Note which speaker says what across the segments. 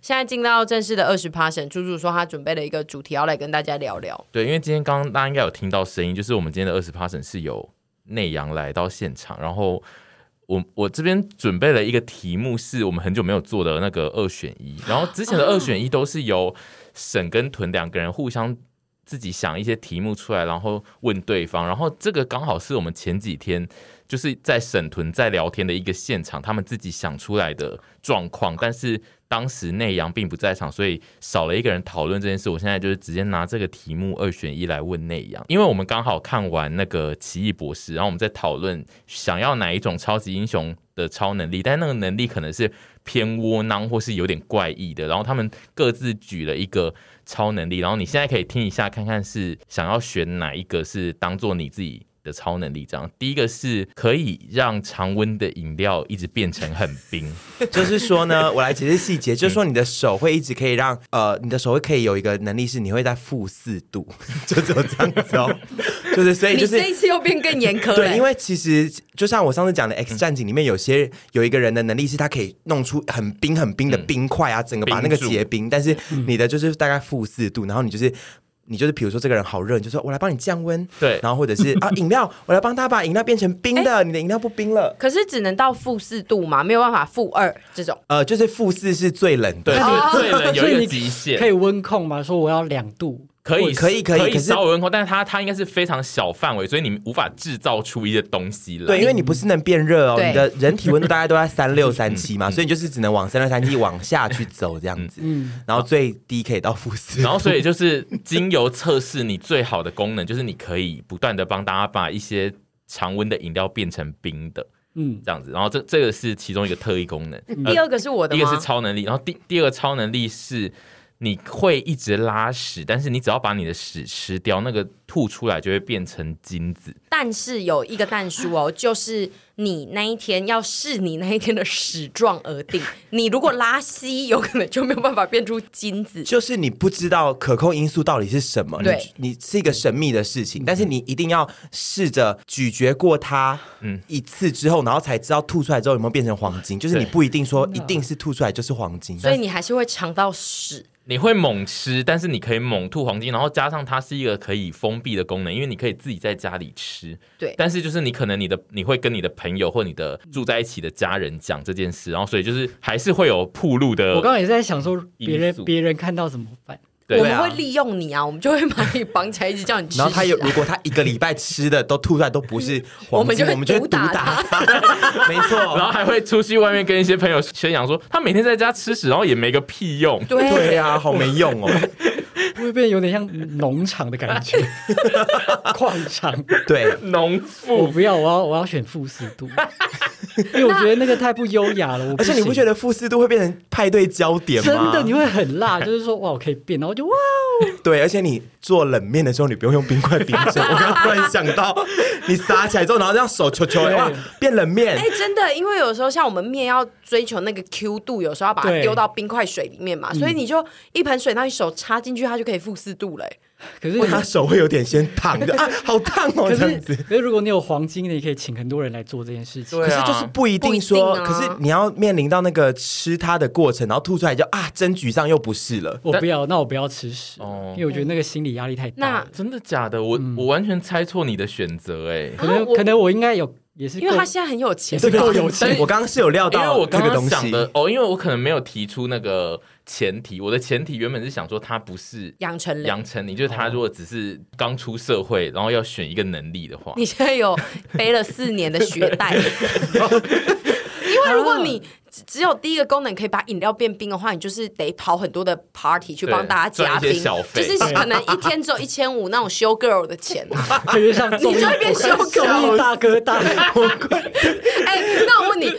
Speaker 1: 现在进到正式的二十 passion，猪猪说他准备了一个主题要来跟大家聊聊。
Speaker 2: 对，因为今天刚刚大家应该有听到声音，就是我们今天的二十 p a s s o n 是有内阳来到现场，然后我我这边准备了一个题目，是我们很久没有做的那个二选一，然后之前的二选一都是由沈跟屯两个人互相。自己想一些题目出来，然后问对方，然后这个刚好是我们前几天就是在沈屯在聊天的一个现场，他们自己想出来的状况，但是当时内阳并不在场，所以少了一个人讨论这件事。我现在就是直接拿这个题目二选一来问内阳，因为我们刚好看完那个《奇异博士》，然后我们在讨论想要哪一种超级英雄的超能力，但那个能力可能是偏窝囊或是有点怪异的，然后他们各自举了一个。超能力，然后你现在可以听一下，看看是想要选哪一个是当做你自己的超能力。这样，第一个是可以让常温的饮料一直变成很冰，
Speaker 3: 就是 说呢，我来解释细
Speaker 2: 嗯
Speaker 3: 节，就是说你的手会一直可以让呃，你的手会可以有一个能力是你会在负四度， 就只有这样子哦，就是所以就是
Speaker 1: 你这一次又变更 严苛了、欸
Speaker 3: 对，因为其实就像我上次
Speaker 2: 嗯
Speaker 3: 讲的《X 战警》里面，有些、有一个人的能力是他可以弄出很冰很冰的
Speaker 2: 嗯
Speaker 3: 冰块啊，整个把那个结冰，但是你的就是大概负四度，然后你就是。你就是比如说这个人好热，你就说我来帮你降温，
Speaker 2: 对
Speaker 3: 然后或者 是啊饮料，我来帮他把饮料变成冰的，你的饮料不冰了，
Speaker 1: 可是只能到负四度嘛，没有办法负二这种。
Speaker 3: 呃，就是负四是最冷
Speaker 2: 对，
Speaker 3: 的，
Speaker 2: 最 冷有
Speaker 4: 所以
Speaker 2: 一
Speaker 4: 你
Speaker 2: 个极限
Speaker 4: 可，以温控嘛？说我要两度，
Speaker 2: 可以
Speaker 3: 可以可以
Speaker 2: 可以
Speaker 3: 可是
Speaker 2: 稍微温控，但是它它应该是非常小范围，所以你们无法制造出一些东西来。
Speaker 3: 对，因为你不是能变热
Speaker 1: 嗯
Speaker 3: 哦，
Speaker 1: 对嗯
Speaker 3: 你的人体温度大概都在三六三七嘛，所以你就是只能往三六三七往下去走这样子，
Speaker 1: 嗯
Speaker 3: 然后最低可以到负四，
Speaker 2: 然后，所以就是精油测试你最好的功能，就是你可以不断的帮大家把一些常温的饮料变成冰的，嗯
Speaker 4: 嗯，
Speaker 2: 这样子。然后这这个是其中一个特异功能，呃
Speaker 1: 第二个是我的
Speaker 2: 第一
Speaker 1: 吗？
Speaker 2: 个是超能力，然后第第二个超能力是你会一直拉屎，但是你只要把你的屎吃掉，那个吐出来就会变成金子。
Speaker 1: 但是有一个但书 哦，就是你那一天要视你那一天的屎状而定。你如果拉稀，有可能就没有办法变出金子。
Speaker 3: 就是你不知道可控因素到底是什么，
Speaker 1: 对嗯
Speaker 3: 你你是一个神秘的事情，但是你一定要试着咀嚼过它，嗯，一次之后，然后才知道吐出来之后有没有变成黄金，就是你
Speaker 2: 对嗯
Speaker 3: 不一定说一定是吐出来就是黄金，
Speaker 1: 嗯所以你还是会尝到屎，
Speaker 2: 你会猛吃，但是你可以猛吐黄金，然后加上它是一个可以封闭的功能，因为你可以自己在家里吃。
Speaker 1: 对
Speaker 2: 但是就是你可能你的你会跟你的朋友或你的住在一起的家人讲这件事，然后所以就是还是会有铺路的。
Speaker 4: 我刚刚也在想说，别
Speaker 2: 因素
Speaker 4: 人别人看到怎么办？
Speaker 2: 对
Speaker 1: 我
Speaker 3: 对
Speaker 1: 们
Speaker 3: 啊
Speaker 1: 会利用你啊，我们就会把你绑起来，一直叫你吃屎啊、
Speaker 3: 然 后他有，如果他一个礼拜吃的都吐出来都不是黄金，
Speaker 1: 我们
Speaker 3: 我们
Speaker 1: 就
Speaker 3: 就
Speaker 1: 会
Speaker 3: 会
Speaker 1: 毒
Speaker 3: 毒
Speaker 1: 打
Speaker 3: 打他， 没
Speaker 2: 然
Speaker 3: 错，
Speaker 2: 后还会出去外面跟一些朋友宣扬说，他每天在家吃屎，然后也没个屁用。
Speaker 1: 对
Speaker 3: 对呀、好没用哦，
Speaker 4: 会不会变有点像农场的感觉？矿场，
Speaker 3: 对。
Speaker 2: 农
Speaker 4: 我
Speaker 2: 妇
Speaker 4: 不要，我要我要选负十度，因为我觉得那个太不优雅了。我
Speaker 3: 而且你不觉
Speaker 4: 得
Speaker 3: 得负四度会变成派对焦点吗？
Speaker 4: 真的你会很辣？就是说哇，我可以变，然后就哇，
Speaker 3: 对，而且你做冷面的时候，你不用用冰块冰镇。我刚刚突然想到，你撒起来之后，然后这样手球球，
Speaker 4: 对
Speaker 3: 哇，变冷面
Speaker 1: 哎、。 真的，因为有时候像我们面要追求那个 Q 度，有时候要把它
Speaker 4: 对
Speaker 1: 丢到冰块水里面嘛，所以你就一盆水，那你手插进去，它就可以负四度嘞、
Speaker 2: 嗯
Speaker 4: 可是
Speaker 3: 他手会有点先烫的啊，好烫哦，
Speaker 4: 可
Speaker 3: 这
Speaker 4: 是
Speaker 3: 样子。
Speaker 4: 可是如果你有黄金的，你可以请很多人来做这件事情。
Speaker 2: 对
Speaker 3: 可
Speaker 2: 啊
Speaker 3: 是就是不一定说，
Speaker 1: 不一定啊
Speaker 3: 可是你要面临到那个吃它的过程，然后吐出来就啊，真沮丧又不是了。
Speaker 4: 我不要，那我不要吃屎
Speaker 2: 哦，
Speaker 4: 因为我觉得那个心理压力太大
Speaker 1: 那
Speaker 4: 了。
Speaker 2: 真的假的？我、我完全猜错你的选择哎、
Speaker 4: 可
Speaker 1: 啊
Speaker 4: 能
Speaker 1: 我
Speaker 4: 可能我应该有也是够，
Speaker 1: 因为它现在很有钱，
Speaker 4: 这个够有钱
Speaker 3: 我刚刚是有料
Speaker 2: 因为
Speaker 3: 哦到
Speaker 2: 我
Speaker 3: 这
Speaker 2: 刚
Speaker 3: 个东
Speaker 2: 刚想
Speaker 3: 西，
Speaker 2: 的哦，因为我可能没有提出那个前提，我的前提原本是想说他不是
Speaker 1: 杨丞琳
Speaker 2: 杨。丞琳，就是他如果只是刚出社会，然后要选一个能力的话，
Speaker 1: 你现在有背了四年的学 贷，因为如果你
Speaker 2: 啊
Speaker 1: 只只有第一个功能可以把饮料变冰的话，你就是得跑很多的 party 去帮大家加
Speaker 2: 赚
Speaker 1: 冰
Speaker 2: 一些小，
Speaker 1: 就
Speaker 2: 费
Speaker 1: 是可能一天只有一千五那种 show girl 的钱啊。
Speaker 4: 感觉像综艺
Speaker 1: 你就会变小狗
Speaker 4: 综艺大 哥大，
Speaker 1: 哎、那我问你，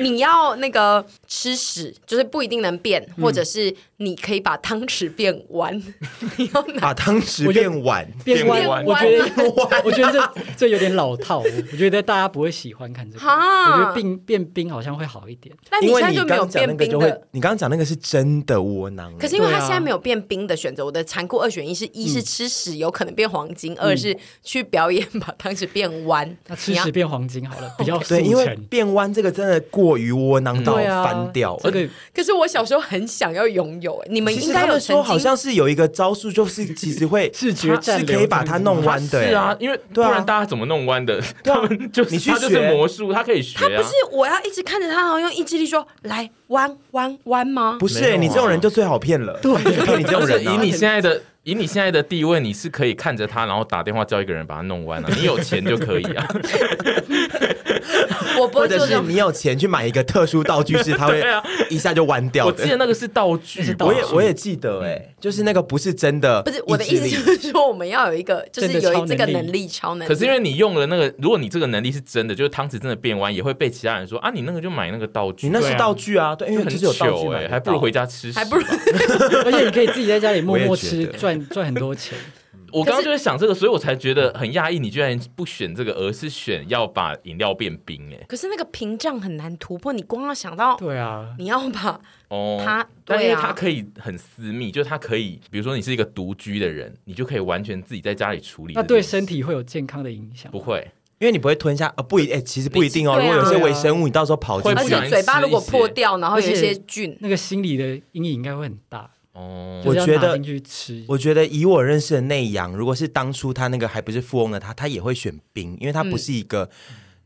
Speaker 1: 你要那个吃屎，就是不一定能变，
Speaker 3: 嗯
Speaker 1: 或者是你可以把汤匙变弯， 你要 哪？
Speaker 3: 把汤匙
Speaker 4: 我觉得
Speaker 3: 变碗，
Speaker 4: 变
Speaker 2: 变
Speaker 4: 弯，
Speaker 2: 弯
Speaker 4: 我觉得 我觉得这这有点老套，我我觉得大家不会喜欢看这个。
Speaker 1: 哈
Speaker 4: 我觉得变变冰好像会好一点，
Speaker 1: 但你
Speaker 3: 因
Speaker 1: 现
Speaker 3: 为
Speaker 1: 在
Speaker 3: 你
Speaker 1: 就
Speaker 3: 刚
Speaker 1: 没有
Speaker 3: 刚讲那
Speaker 1: 变
Speaker 3: 个
Speaker 1: 冰
Speaker 3: 就会
Speaker 1: 的。，
Speaker 3: 你刚刚讲那个是真的窝囊欸，
Speaker 1: 可是因为
Speaker 4: 对
Speaker 1: 他
Speaker 4: 啊
Speaker 1: 现在没有变冰的选择，我的残酷二选一是：一
Speaker 3: 嗯
Speaker 1: 是吃屎有可能变黄金，二是去表演把汤匙变 弯。
Speaker 4: 那吃
Speaker 1: 你要
Speaker 4: 屎变黄金好 了，比较速
Speaker 3: 对，因为
Speaker 4: 成。
Speaker 3: 变弯这个真的过于窝囊到
Speaker 4: 对啊
Speaker 3: 翻掉。
Speaker 4: 这个
Speaker 1: 可是我小时候很想要拥有、哎，你们
Speaker 3: 其
Speaker 1: 应
Speaker 3: 实
Speaker 1: 该
Speaker 3: 他
Speaker 1: 有
Speaker 3: 们说
Speaker 1: 曾
Speaker 3: 好
Speaker 1: 经
Speaker 3: 像是有一个招数，就是其实会
Speaker 4: 视觉
Speaker 3: 它
Speaker 4: 占
Speaker 3: 是
Speaker 4: 留
Speaker 3: 可以把它弄弯的欸。
Speaker 2: 是啊，因为不
Speaker 3: 对啊
Speaker 2: 然大家怎么弄弯的？
Speaker 3: 对啊
Speaker 2: 他们就是
Speaker 3: 你去
Speaker 2: 他就是
Speaker 3: 学
Speaker 2: 魔术，他可以学
Speaker 1: 不
Speaker 2: 啊
Speaker 1: 是。我要一直看着他，然后用意志力说来弯弯弯吗？
Speaker 3: 不
Speaker 2: 没有
Speaker 3: 是欸
Speaker 2: 啊
Speaker 3: 你这种人就最好骗了，对，骗你这种
Speaker 2: 而且
Speaker 3: 人
Speaker 2: 以
Speaker 3: 啊。
Speaker 2: 你现在的以你现在的地位，你是可以看着他，然后打电话叫一个人把他弄弯啊。你有钱就可以 啊，
Speaker 1: 我不
Speaker 3: 或
Speaker 1: 会做
Speaker 3: 者
Speaker 1: 这
Speaker 3: 是
Speaker 1: 种
Speaker 3: 你有钱去买一个特殊道具，是它会
Speaker 2: 对啊
Speaker 3: 一下就弯掉
Speaker 2: 我记得
Speaker 3: 的。
Speaker 2: 那个是道具吧，
Speaker 3: 我也我也记得哎，就是那个不是真的，
Speaker 1: 不是我的意思，就是说我们要有一个，就是
Speaker 4: 真的
Speaker 1: 有
Speaker 4: 超
Speaker 1: 这个
Speaker 4: 能力
Speaker 1: 能力超能力。
Speaker 2: 可是因为你用了那个，如果你这个能力是真的，就是汤匙真的变弯，也会被其他人说啊，你那个就买那个道具，
Speaker 3: 你那
Speaker 4: 对
Speaker 3: 是
Speaker 4: 啊
Speaker 3: 道具啊，对，因为
Speaker 2: 很
Speaker 3: 就是有道具
Speaker 2: 糗
Speaker 3: 买
Speaker 2: 哎，
Speaker 3: 得
Speaker 2: 还不如
Speaker 3: 到
Speaker 2: 回。家吃屎。
Speaker 1: 还不如
Speaker 4: 而且你可以自己在家里默
Speaker 3: 我
Speaker 4: 默
Speaker 3: 也觉
Speaker 4: 吃，
Speaker 3: 得
Speaker 4: 赚赚很多 钱。
Speaker 2: 我刚
Speaker 1: 可
Speaker 2: 刚
Speaker 1: 是
Speaker 2: 就是想这个，所以我才觉得很讶异，你居然不选这个，而是选要把饮料变冰哎。
Speaker 1: 可是那个屏障很难突破，你光要想到
Speaker 4: 对啊，
Speaker 1: 你要把
Speaker 2: 哦，
Speaker 1: 它
Speaker 2: 但
Speaker 1: 对
Speaker 2: 因为
Speaker 1: 啊
Speaker 2: 它可以很私密，就是它可以，比如说你是一个独居的人，你就可以完全自己在家里处理。
Speaker 4: 那对身体会有健康的影响
Speaker 2: 不。会，
Speaker 3: 因为你不会吞下，呃，不一，哎、其实不一定哦。
Speaker 1: 对啊
Speaker 3: 如果有些微生物，你到时候跑进
Speaker 2: 会
Speaker 1: 而
Speaker 2: 不小
Speaker 1: 且
Speaker 2: 心
Speaker 1: 嘴
Speaker 3: 去，
Speaker 1: 巴如果破掉，然后有一
Speaker 4: 而且
Speaker 1: 些菌，
Speaker 4: 那个心理的阴影应该会很大，
Speaker 2: 哦，
Speaker 4: 就是要
Speaker 3: 我觉得
Speaker 4: 拿进去吃，
Speaker 3: 我觉得以我认识的内阳，如果是当初他那个还不是富翁的他，他也会选冰，因为他不是一个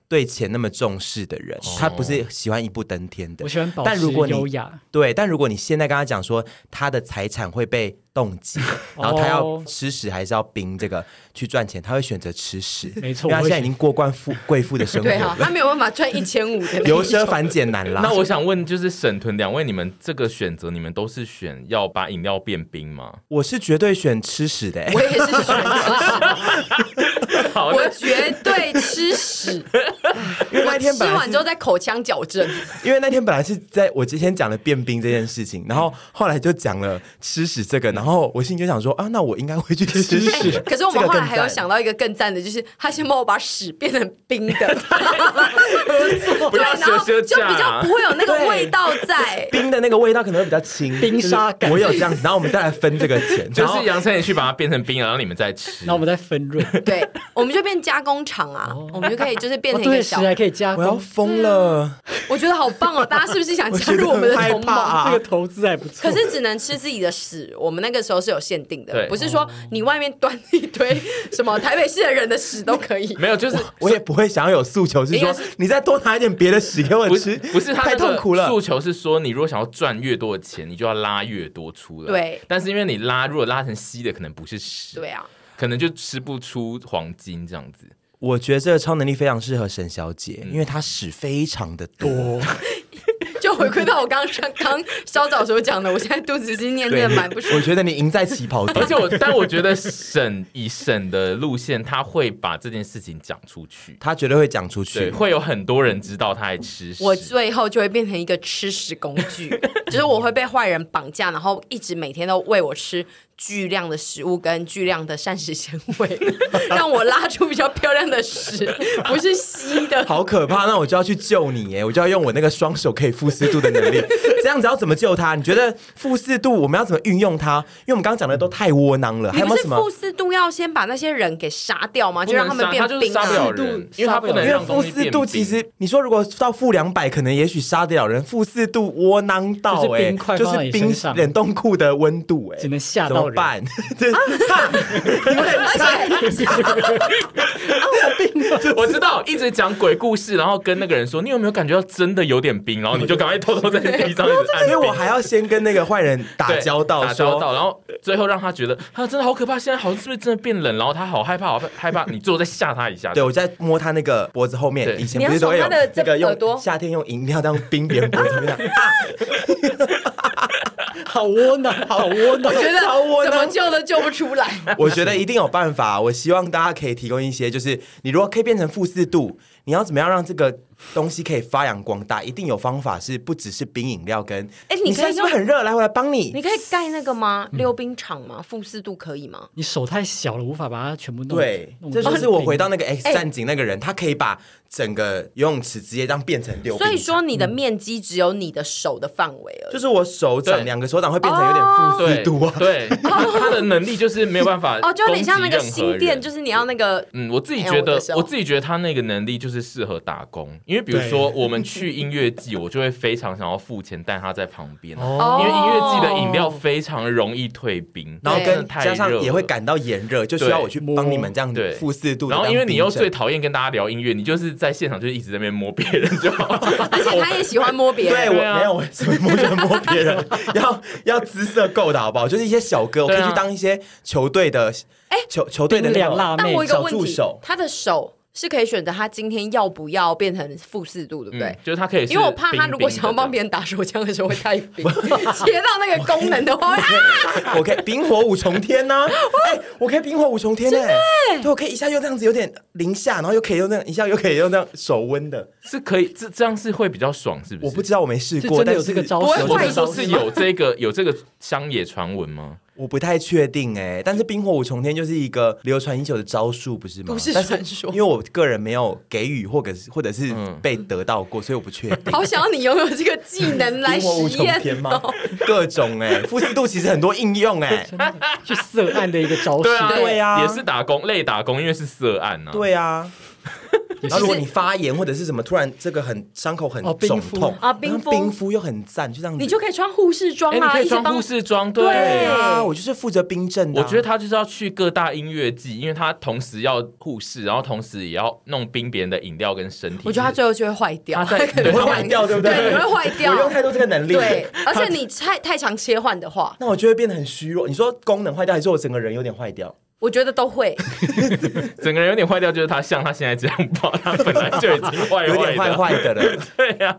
Speaker 3: 对钱那么重视的人，他不是喜欢一步登天的
Speaker 4: 哦我。喜欢保
Speaker 3: 但
Speaker 4: 持
Speaker 3: 如果你
Speaker 4: 优雅，
Speaker 3: 对，但如果你现在跟他讲说他的财产会被冻 结，然后他
Speaker 4: 哦
Speaker 3: 要吃屎还是要冰这个去赚钱，他会选择吃屎。
Speaker 4: 没错
Speaker 3: 因为他
Speaker 4: 我会
Speaker 3: 现在已经过惯富贵妇的生活
Speaker 1: 对啊，
Speaker 3: 了，
Speaker 1: 他没有办法赚一千五的那一
Speaker 3: 由奢
Speaker 1: 种。
Speaker 3: 反俭难啦。
Speaker 2: 那我想问，就是沈屯两位，你们这个选择，你们都是选要把饮料变冰吗？
Speaker 3: 我是绝对选吃屎的、欸
Speaker 1: 我也是选吃屎，
Speaker 2: 好，
Speaker 1: 我绝对吃屎。
Speaker 3: 因为那
Speaker 1: 我
Speaker 3: 天
Speaker 1: 吃
Speaker 3: 本来
Speaker 1: 完
Speaker 3: 是
Speaker 1: 之后再口腔矫正，
Speaker 3: 因为那天本来是在我之前讲了变冰这件事情，然后后来就讲了吃屎这个，然后我心里就想说啊，那我应该会去吃屎。
Speaker 1: 可是我们
Speaker 3: 这个
Speaker 1: 后来
Speaker 3: 更
Speaker 1: 还有
Speaker 3: 赞
Speaker 1: 想到一个更赞的，就是他先帮我把屎变成冰的，
Speaker 2: 不
Speaker 1: 对，
Speaker 2: 要
Speaker 1: 然
Speaker 2: 蛇
Speaker 1: 后就
Speaker 2: 舌
Speaker 1: 比较
Speaker 2: 架
Speaker 1: 不。会有那个味道在。
Speaker 3: 冰的那个味道可能会比较轻，
Speaker 4: 冰沙感
Speaker 3: 就是我有这样子，然后我们再来分这个钱，
Speaker 2: 就
Speaker 3: 然后
Speaker 2: 是杨丞琳去把它变成冰，然后你们再吃。
Speaker 4: 然后我们再分润，
Speaker 1: 对，我们就变加工厂啊，我们就可以就是变
Speaker 4: 哦
Speaker 1: 成一
Speaker 4: 对，
Speaker 1: 个
Speaker 4: 食
Speaker 1: 小，
Speaker 4: 还可以加
Speaker 3: 我要
Speaker 4: 工，
Speaker 3: 疯了，
Speaker 1: 我觉得好棒哦！大家是不是想加
Speaker 3: 觉得
Speaker 1: 入我们的
Speaker 3: 很害
Speaker 1: 同
Speaker 3: 怕
Speaker 1: 盟？
Speaker 3: 啊
Speaker 4: 这个投资还不错。
Speaker 1: 可是只能吃自己的屎，我们那个时候是有限定的
Speaker 2: 对，
Speaker 1: 不是说你外面端一堆什么台北市的人的屎都可以。
Speaker 2: 没有，就是
Speaker 3: 我也不会想要有诉求，是
Speaker 2: 应该
Speaker 3: 说
Speaker 2: 是
Speaker 3: 你再多拿一点别的屎给我
Speaker 2: 不
Speaker 3: 吃
Speaker 2: 是，不是他
Speaker 3: 太痛苦了
Speaker 2: 诉。求是说，你如果想要赚越多的钱，你就要拉越多出来。
Speaker 1: 对
Speaker 2: 但是因为你拉，如果拉成稀的，可能不是屎，
Speaker 1: 对，啊，
Speaker 2: 可能就吃不出黄金这样子。
Speaker 3: 我觉得这个超能力非常适合沈小姐，因为她屎非常的多。
Speaker 1: 就回归到我刚刚刚稍早所讲的，我现在肚子已经念念蛮不舒服
Speaker 3: 我。觉得你赢在起跑点
Speaker 2: 而。且我，但我觉得沈以沈的路线，他会把这件事情讲出去，
Speaker 3: 她绝对会讲出
Speaker 2: 对，
Speaker 3: 去，
Speaker 2: 会有很多人知道他在吃屎。
Speaker 1: 我最后就会变成一个吃屎工 具，就是我会被坏人绑架，然后一直每天都喂我吃巨量的食物跟巨量的膳食纤维， 让我拉出比较漂亮的屎，不是稀的。
Speaker 3: 好可怕！那我就要去救你耶，我就要用我那个双手可以负四度的能 力。这样子要怎么救他？你觉得负四度我们要怎么运用它？因为我们刚刚讲的都太窝囊了，还
Speaker 1: 你
Speaker 3: 有没
Speaker 1: 不
Speaker 3: 有
Speaker 1: 是
Speaker 3: 什么
Speaker 1: 负？四度要先把那些人给杀掉吗？
Speaker 2: 不
Speaker 1: 就
Speaker 2: 能
Speaker 1: 让他们
Speaker 2: 杀
Speaker 1: 变
Speaker 2: 他就是
Speaker 1: 冰
Speaker 2: 杀不
Speaker 1: 啊
Speaker 2: 了！人，
Speaker 4: 四度
Speaker 2: 因为他
Speaker 4: 杀
Speaker 2: 不
Speaker 4: 不
Speaker 2: 能
Speaker 4: 了
Speaker 3: 因为
Speaker 2: 让
Speaker 3: 负
Speaker 2: 东西
Speaker 3: 四
Speaker 2: 变
Speaker 3: 度
Speaker 2: 冰
Speaker 3: 其实你说如果到负两百，可能也许杀得了人。负四度窝囊到
Speaker 4: 就是
Speaker 3: 哎、
Speaker 4: 冰块
Speaker 3: 就
Speaker 4: 放在
Speaker 3: 是
Speaker 4: 你
Speaker 3: 冰
Speaker 4: 身上
Speaker 3: 冷冻库的温度哎、
Speaker 4: 只能吓
Speaker 3: 怎
Speaker 4: 到
Speaker 3: 么
Speaker 4: 人
Speaker 3: 办？ 这哈
Speaker 4: 啊
Speaker 2: 我知道，一直讲鬼故事，然后跟那个人说，你有没有感觉到真的有点冰？然后你就赶快偷偷在地上一直按
Speaker 3: 所以
Speaker 2: 冰
Speaker 3: 我还要先跟那个坏人打
Speaker 2: 对
Speaker 3: 交道
Speaker 2: 打交
Speaker 3: 说
Speaker 2: 道，然后最后让他觉得他真的好可怕，现在好像是不是真的变冷？然后他好害怕，好害怕，你最后再吓他一下。
Speaker 3: 对，我在摸他那个脖子后面
Speaker 2: 对，
Speaker 3: 以前
Speaker 1: 你要
Speaker 3: 不是都会有
Speaker 1: 从他的
Speaker 3: 那
Speaker 1: 这
Speaker 3: 个
Speaker 1: 耳朵
Speaker 3: 用夏天用饮料当冰别人脖子这样，啊
Speaker 4: 好窝囊，好窝
Speaker 1: 我
Speaker 4: 囊
Speaker 1: 觉
Speaker 3: 好窝
Speaker 1: 得
Speaker 3: 囊
Speaker 1: 怎么救都救不出 来。
Speaker 3: 我觉得一定有办法。我希望大家可以提供一些，就是你如果可以变成负四度，你要怎么样让这个东西可以发扬光大？一定有方法是不只是冰饮料跟，
Speaker 1: 哎你可以
Speaker 3: 现在是不是很热？来，我来帮你。
Speaker 1: 你可以盖那个吗？溜冰场吗？负四度可以吗？
Speaker 4: 你手太小了，无法把它全部弄。
Speaker 3: 对，
Speaker 4: 弄
Speaker 3: 这就是我回到那个 X
Speaker 1: 哎
Speaker 3: 战警那个人，他可以把整个游泳池直接这样变成溜冰
Speaker 1: 所
Speaker 3: 场。
Speaker 1: 以说你的
Speaker 2: 嗯
Speaker 1: 面积只有你的手的范围而已。
Speaker 3: 就是我手
Speaker 2: 对
Speaker 3: 掌两个手掌会变成有点负四
Speaker 2: 对
Speaker 3: 度
Speaker 1: 哦
Speaker 3: 啊。
Speaker 2: 对，他的能力就是没有办法
Speaker 1: 哦，就有点像那个
Speaker 2: 攻击任何
Speaker 1: 新店，
Speaker 2: 人
Speaker 1: 就是你要那个
Speaker 2: 嗯，我自己
Speaker 1: 哎
Speaker 2: 觉
Speaker 1: 我
Speaker 2: 得
Speaker 1: 的时，候
Speaker 2: 我自己觉得他那个能力就是适合打工，因为比如
Speaker 4: 对
Speaker 2: 说我们去音乐季，我就会非常想要付钱带他在旁边，啊
Speaker 4: 哦，
Speaker 2: 因为音乐季的饮料非常容易退冰，
Speaker 3: 然后
Speaker 1: 对
Speaker 2: 真的
Speaker 3: 跟
Speaker 2: 太
Speaker 3: 加上
Speaker 2: 热了
Speaker 3: 也会。感到炎热，就需要我去
Speaker 4: 对
Speaker 3: 帮你们这样
Speaker 2: 对
Speaker 3: 负四度的
Speaker 2: 然
Speaker 3: 当冰镇。
Speaker 2: 后，因为你又最讨厌跟大家聊音乐，你就是在现场就是一直在那边摸别人就好。
Speaker 1: 而且他也喜欢摸别
Speaker 3: 对
Speaker 1: 人。
Speaker 3: 我
Speaker 2: 对啊
Speaker 3: 没有，我什么摸人摸别 人，要要姿色够的好不好？就是一些小哥，我可
Speaker 2: 对啊
Speaker 3: 以去当一些球队的，哎，球球队的
Speaker 4: 冰
Speaker 3: 那
Speaker 4: 凉
Speaker 3: 种
Speaker 4: 辣
Speaker 1: 但
Speaker 4: 妹
Speaker 1: 我有一个
Speaker 3: 小
Speaker 1: 问
Speaker 3: 助
Speaker 1: 题
Speaker 3: 手，
Speaker 1: 他的手是可以选择他今天要不要变成负四度，对不对
Speaker 2: 嗯？就是他可以是冰冰的这样，
Speaker 1: 因为我怕他如果想要帮别人打手枪的时候会 太冰，切到那个功能的话，
Speaker 3: 我可以冰火五重天呐、哎、我可以冰火五重天呢、哎对，我可以一下又这样子有点零下，然后又可以用那样一下又可以用那样手温的，
Speaker 2: 是可以，这这样是会比较爽，是不是？
Speaker 3: 我不知道我没试
Speaker 4: 是
Speaker 3: 过，
Speaker 4: 真的
Speaker 3: 但
Speaker 4: 有这个招
Speaker 1: 不会
Speaker 4: 式，
Speaker 2: 我
Speaker 1: 坏
Speaker 2: 是
Speaker 1: 人
Speaker 2: 说是有这个有这个乡野传闻吗？
Speaker 3: 我不太确定哎、但是冰火五重天就是一个流传已久的招数，不是吗？
Speaker 1: 不是
Speaker 3: 但
Speaker 1: 传说
Speaker 3: 因为我个人没有给予或者是或者是
Speaker 2: 嗯
Speaker 3: 被得到过，所以我不确定。
Speaker 1: 好想要你拥有这个技能 来
Speaker 3: 冰火五
Speaker 1: 实哦
Speaker 3: 重天
Speaker 1: 验
Speaker 3: 吗
Speaker 1: 哦。？
Speaker 3: 各种哎、复习度其实很多应用哎、
Speaker 4: 去涉案的一个招式。
Speaker 2: 对啊，
Speaker 3: 对啊
Speaker 2: 也是打工累打工，因为是涉案呐、啊。
Speaker 3: 对啊。 然后如果你发炎或者是什么，突然这个很伤口很
Speaker 4: 哦冰
Speaker 3: 肿
Speaker 4: 敷
Speaker 3: 痛
Speaker 1: 啊冰敷
Speaker 3: 然后冰敷又很赞，就这样子。
Speaker 1: 你就可以穿护士装
Speaker 2: 哎、你
Speaker 1: 啊，
Speaker 2: 可以
Speaker 1: 一直
Speaker 2: 穿
Speaker 1: 帮
Speaker 2: 护士装，对。
Speaker 3: 对
Speaker 1: 对
Speaker 3: 啊，我就是负责冰镇的啊、
Speaker 2: 我觉得他就是要去各大音乐季，因为他同时要护士，然后同时也要弄冰别人的饮料跟身体。
Speaker 1: 我觉得他最后就会坏掉，
Speaker 2: 他在
Speaker 1: 可能
Speaker 3: 你会
Speaker 1: 两
Speaker 3: 坏掉对不对
Speaker 1: 对，你会坏掉。
Speaker 3: 我用太多这个能力，
Speaker 1: 对，而且你太太常切换的话，
Speaker 3: 那我就会变得很虚弱。你说功能坏掉，还是我整个人有点坏掉？
Speaker 1: 我觉得都 会。
Speaker 2: 整个人有点坏掉，就是他像他现在这样吧，他本来就已经坏
Speaker 3: 有
Speaker 2: 哎坏的。
Speaker 3: 点坏坏的了。
Speaker 2: 对呀、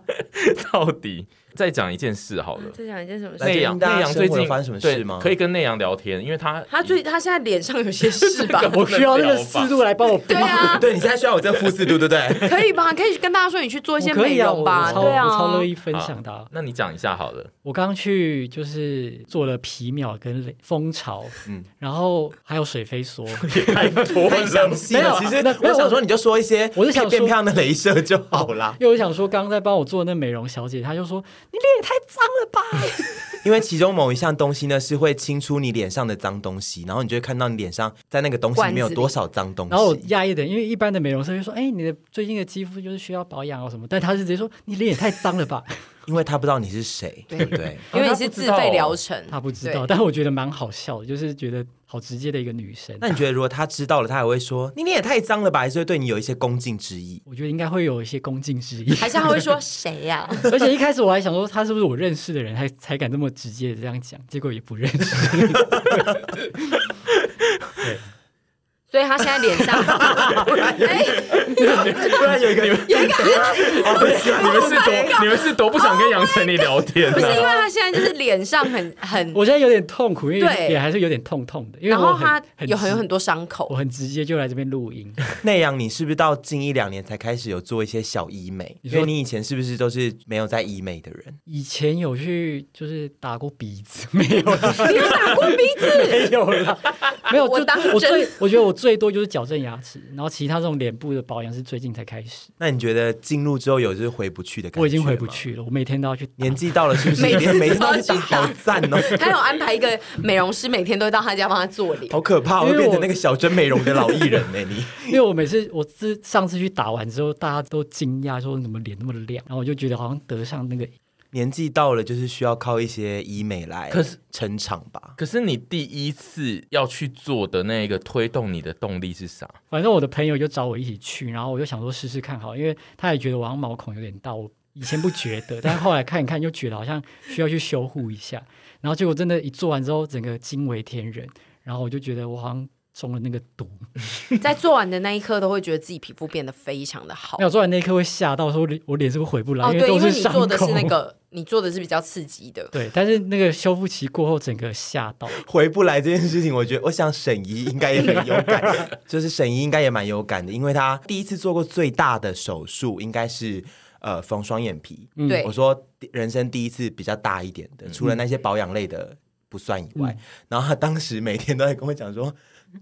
Speaker 2: 到底再讲一件事好了。
Speaker 1: 再讲一件什么
Speaker 3: 来
Speaker 1: 事？
Speaker 2: 内
Speaker 3: 最
Speaker 2: 阳
Speaker 3: 近大家
Speaker 2: 内阳最
Speaker 3: 生活有
Speaker 2: 近
Speaker 3: 发生什么
Speaker 2: 对
Speaker 3: 事吗
Speaker 2: 可以跟内阳聊天，因为他
Speaker 1: 他最他现在脸上有些事 吧？
Speaker 4: 我需要那个四度来帮我
Speaker 1: 对
Speaker 4: 冰。
Speaker 1: 啊，
Speaker 3: 对你现在需要我这个负四度，对不 对？
Speaker 1: 可以吧？可以跟大家说你去做一些
Speaker 4: 我可
Speaker 1: 美
Speaker 4: 以啊，
Speaker 1: 容
Speaker 4: 我
Speaker 1: 吧？
Speaker 4: 我超
Speaker 1: 对啊，
Speaker 4: 我超乐意分享的啊、
Speaker 2: 好那你讲一下好了。
Speaker 4: 我刚刚去就是做了皮秒跟雷蜂巢，嗯，然后还有水飞梭，
Speaker 3: 太详细
Speaker 4: 没有
Speaker 3: 了。
Speaker 4: 啊
Speaker 3: 其实
Speaker 4: 那
Speaker 3: 我想说，你就说一些，
Speaker 4: 我是想说
Speaker 3: 变漂亮的镭射就好啦。
Speaker 4: 因为我想说刚刚在帮我做那美容小姐，她就说你脸也太脏了吧，
Speaker 3: 因为其中某一项东西呢，是会清出你脸上的脏东西，然后你就会看到你脸上在那个东西里面有多少脏东西。
Speaker 4: 然后我讶异的，因为一般的美容师就说，哎、你的最近的肌肤就是需要保养哦什么，但她是直接说你脸也太 脏了吧，
Speaker 3: 因为他不知道你是谁，
Speaker 1: 对
Speaker 3: 对不对？
Speaker 1: 因为你是自费疗程，
Speaker 4: 她不知道，
Speaker 1: 对。
Speaker 4: 但我觉得蛮好笑的，就是觉得好直接的一个女生。
Speaker 3: 那你觉得，如果他知道了，他还会说你脸也太脏了吧，还是会对你有一些恭敬之意？
Speaker 4: 我觉得应该会有一些恭敬之 意，
Speaker 1: 还是他会说谁呀？
Speaker 4: 而且一开始我还想说她是不是我认识的人，才才敢这么直接的这样讲，结果也不认识。
Speaker 1: 所以他现在脸上， 哎，
Speaker 3: 不然有一个
Speaker 1: 有一个案例，
Speaker 3: 哦，不是
Speaker 2: 你们是多你们是多不想跟杨丞琳聊天啊
Speaker 1: 不是因为
Speaker 2: 的、
Speaker 1: 他现在就是脸上很很，
Speaker 4: 我现在有点痛苦，因为
Speaker 1: 对
Speaker 4: 也还是有点痛痛的，因为
Speaker 1: 然
Speaker 4: 我
Speaker 1: 后
Speaker 4: 很
Speaker 1: 他
Speaker 4: 很
Speaker 1: 有很有
Speaker 4: 直
Speaker 1: 很多伤口
Speaker 4: 我，很直接就来这边录音，
Speaker 3: 那样，你是不是到近一两年才开始有做一些小医美？
Speaker 4: 你
Speaker 3: 因为
Speaker 4: 说
Speaker 3: 你以前是不是都是没有在医美的人？
Speaker 4: 以前有去就是打过鼻子，没有啦，
Speaker 1: 你有打过鼻子？
Speaker 4: 没有 啦，没有。
Speaker 1: 我
Speaker 4: 就
Speaker 1: 当
Speaker 4: 我
Speaker 1: 真
Speaker 4: 最我觉得我最多就是矫正牙齿，然后其他这种脸部的保养是最近才开始，
Speaker 3: 那你觉得进入之后有就是回不去的感觉？
Speaker 4: 我已经回不。去了，我每天都要去打
Speaker 3: 年。纪到了是不 是？
Speaker 1: 每天
Speaker 3: 每天
Speaker 1: 都要
Speaker 3: 都去打，
Speaker 1: 去打
Speaker 3: 好赞哦，
Speaker 1: 他有安排一个美容师，每天都会到他家帮他做脸。
Speaker 3: 好可怕！
Speaker 4: 因
Speaker 3: 我
Speaker 4: 为
Speaker 3: 会变成
Speaker 4: 我
Speaker 3: 那个小真美容的老艺人呢、你
Speaker 4: 因为我每次我自上次去打完之后，大家都惊讶说你怎么脸那么亮，然后我就觉得好像得上那个
Speaker 3: 年纪到了就是需要靠一些医美来
Speaker 2: 可是
Speaker 3: 撑场吧。
Speaker 2: 可是你第一次要去做的那个推动你的动力是啥？
Speaker 4: 反正我的朋友就找我一起去，然后我就想说试试看好，因为他也觉得我好像毛孔有点大，我以前不觉 得，但是后来看一看又觉得好像需要去修护一下，然后结果真的，一做完之后整个惊为天人，然后我就觉得我好像中了那个毒，
Speaker 1: 在做完的那一刻，都会觉得自己皮肤变得非常的好
Speaker 4: 没。有做完那一刻会吓到，说我脸我脸是不是回不来，
Speaker 1: 哦，
Speaker 4: 为
Speaker 1: 对，
Speaker 4: 都
Speaker 1: 因
Speaker 4: 是
Speaker 1: 为你
Speaker 4: 伤
Speaker 1: 做
Speaker 4: 口。
Speaker 1: 的是那个你做的是比较刺激的。
Speaker 4: 对，但是那个修复期过后，整个吓到，
Speaker 3: 回不来这件事情，我觉得，我想沈怡应该也很有感，就是沈怡应该也蛮有感的，因为她第一次做过最大的手术，应该是呃缝双眼皮。
Speaker 4: 嗯
Speaker 1: 对
Speaker 3: 我说人生第一次比较大一点的，除了那些保养类的不算以外，然后她当时每天都在跟我讲说，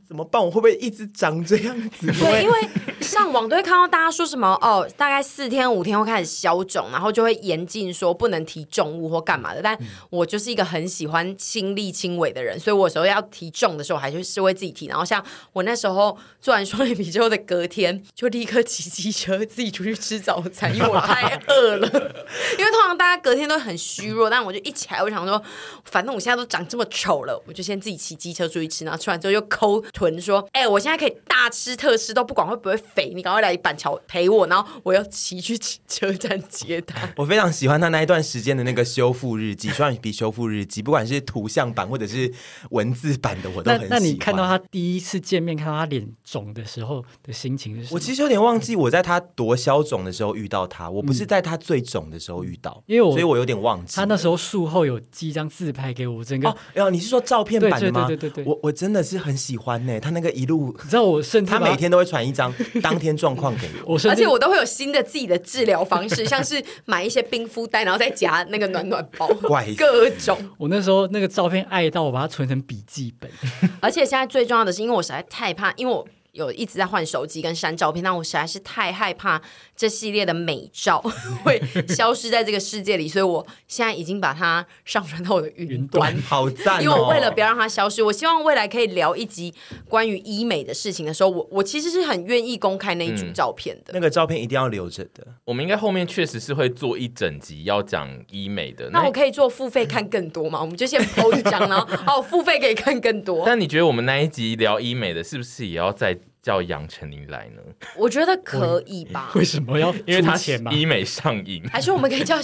Speaker 3: 怎么办？我会不会一直长这样子？
Speaker 1: 对，因为上网都会看到大家说什么哦，大概四天五天会开始消肿，然后就会严禁说不能提重物或干嘛的。但我就是一个很喜欢亲力亲为的人，所以我有时候要提重的时候，我还是会自己提。然后像我那时候做完双眼皮之后的隔天，就立刻骑机车自己出去吃早 餐，因为我太饿了。 因为通常大家隔天都很虚弱，但我就一起来，我想说，反正我现在都长这么丑了，我就先自己骑机车出去吃，然后吃完之后又抠臀说：“哎、我现在可以大吃特吃，都不管会不会肥，你赶快来板桥陪我。”然后我要骑去车站接 他。
Speaker 3: 我非常喜欢他那一段时间的那个修复日记，双眼皮修复日记，不管是图像版或者是文字版的，我都
Speaker 4: 那
Speaker 3: 很喜欢。
Speaker 4: 那你看到他第一次见面，看到他脸肿的时候的心情是什么？
Speaker 3: 我其实有点忘记我在他多消肿的时候遇到他，我不是在他最肿的时候遇到，
Speaker 4: 因为我
Speaker 3: 所以我有点忘记
Speaker 4: 他那时候术后有寄一张自拍给我，整个、
Speaker 3: 哦，然后你是说照片版的吗？
Speaker 4: 对对对对对对
Speaker 3: 我我真的是很喜欢呢、他那个一 路，
Speaker 4: 你知道我甚至
Speaker 3: 他
Speaker 4: 把
Speaker 3: 每天都会传一张当天状况给我。
Speaker 4: 我甚
Speaker 1: 而
Speaker 4: 至
Speaker 1: 且我都会有新的自己的治疗方式，像是买一些冰敷袋，然后再夹那个暖暖 包
Speaker 3: 怪死，
Speaker 1: 各种。
Speaker 4: 我那时候那个照片爱到我把它存成笔记本，
Speaker 1: 而且现在最重要的是，因为我实在太怕，因为我有一直在换手机跟删照片，但我实在是太害怕这系列的美照 会消失在这个世界里，所以我现在已经把它上传到我的 云端。
Speaker 3: 好赞、哦！
Speaker 1: 因为我为了不要让它消失，我希望未来可以聊一集关于医美的事情的时候，我我其实是很愿意公开那一组照片的。
Speaker 3: 那个照片一定要留着的。
Speaker 2: 我们应该后面确实是会做一整集要讲医美的。
Speaker 1: 那我可以做付费看更多吗？我们就先抛一张，然后哦，付费可以看更多。
Speaker 2: 但你觉得我们那一集聊医美的，是不是也要再叫杨丞琳来呢？
Speaker 1: 我觉得可以吧？
Speaker 4: 为什么要
Speaker 2: 因为她
Speaker 4: 出钱嘛？
Speaker 2: 医美上瘾，，
Speaker 1: 还是我们可以叫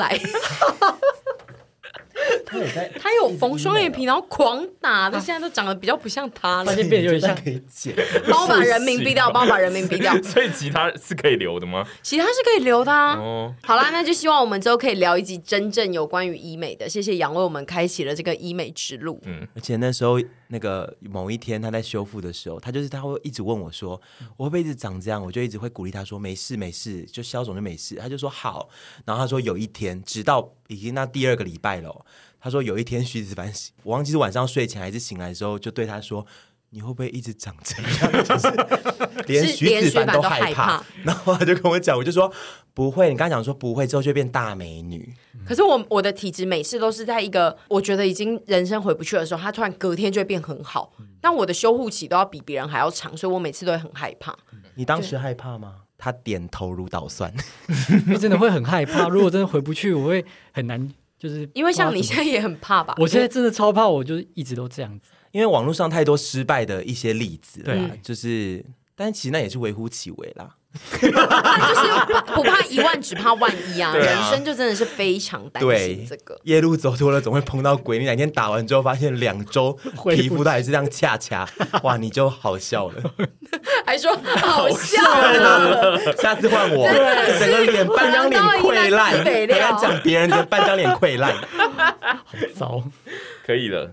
Speaker 1: 来？
Speaker 3: 他有在，
Speaker 1: 他有缝双眼皮，然后狂打，但现在都长得比较不像 他了
Speaker 4: 发。现变得有 点像
Speaker 3: 可以剪。
Speaker 1: 帮我把人民逼掉，帮我把人民逼掉
Speaker 2: 所以其他是可以留的吗？
Speaker 1: 其他是可以留的啊。
Speaker 2: 哦，
Speaker 1: 好啦，那就希望我们之后可以聊一集真正有关于医美的。谢谢杨为我们开启了这个医美之路。
Speaker 3: 而且那时候，那个某一天他在修复的时候，他就是他会一直问我说，
Speaker 1: 嗯
Speaker 3: 我会不会一直长这样？我就一直会鼓励他说，没事没事，就消肿就没事。他就说好，然后他说有一天，直到已经那第二个礼拜了哦，他说有一天徐子凡醒，我忘记是晚上睡前还是醒来的时候，就对他说。你会不会一直长这样？ 就是连
Speaker 1: 是
Speaker 3: 徐
Speaker 1: 连
Speaker 3: 子
Speaker 1: 徐
Speaker 3: 凡
Speaker 1: 凡
Speaker 3: 都
Speaker 1: 都
Speaker 3: 害
Speaker 1: 害怕
Speaker 3: 然后他就跟我讲，我就说不会。你刚刚讲说不会之后就变大美女，
Speaker 1: 可是我我的体质每次都是在一个我觉得已经人生回不去的时候，它突然隔天就会变很好。但我的修护期都要比别人还要长，所以我每次都会很害怕。
Speaker 3: 你当时害怕吗？他点头如捣蒜。
Speaker 4: 因为真的会很害怕。如果真的回不去，我会很难，就是
Speaker 1: 因为像你
Speaker 4: 不知
Speaker 1: 现
Speaker 4: 道
Speaker 1: 在也很怕吧
Speaker 4: 怎么，？我现在真的超怕，我就是一直都这样子。
Speaker 3: 因为网络上太多失败的一些例子了啦，
Speaker 4: 对啊
Speaker 3: 就是，但其实那也是微乎其微啦。
Speaker 1: 啊就是不怕一万，只怕万一啊！
Speaker 2: 对
Speaker 1: 人
Speaker 2: 啊
Speaker 1: 生就真的是非常担心
Speaker 3: 对
Speaker 1: 这个。，
Speaker 3: 夜路走多了总会碰到鬼，你哪天打完之后发现两 周
Speaker 4: 恢复
Speaker 3: 皮肤都还是这样恰恰，哇，你就好笑 了。
Speaker 1: 还说好笑啊
Speaker 3: 啊
Speaker 1: 了，
Speaker 3: 下次换我，整个脸半张脸溃烂，
Speaker 1: 我要当一男子北
Speaker 3: 还
Speaker 1: 料
Speaker 3: 敢讲别人的半张脸溃烂。
Speaker 4: 糟，
Speaker 2: 可以了。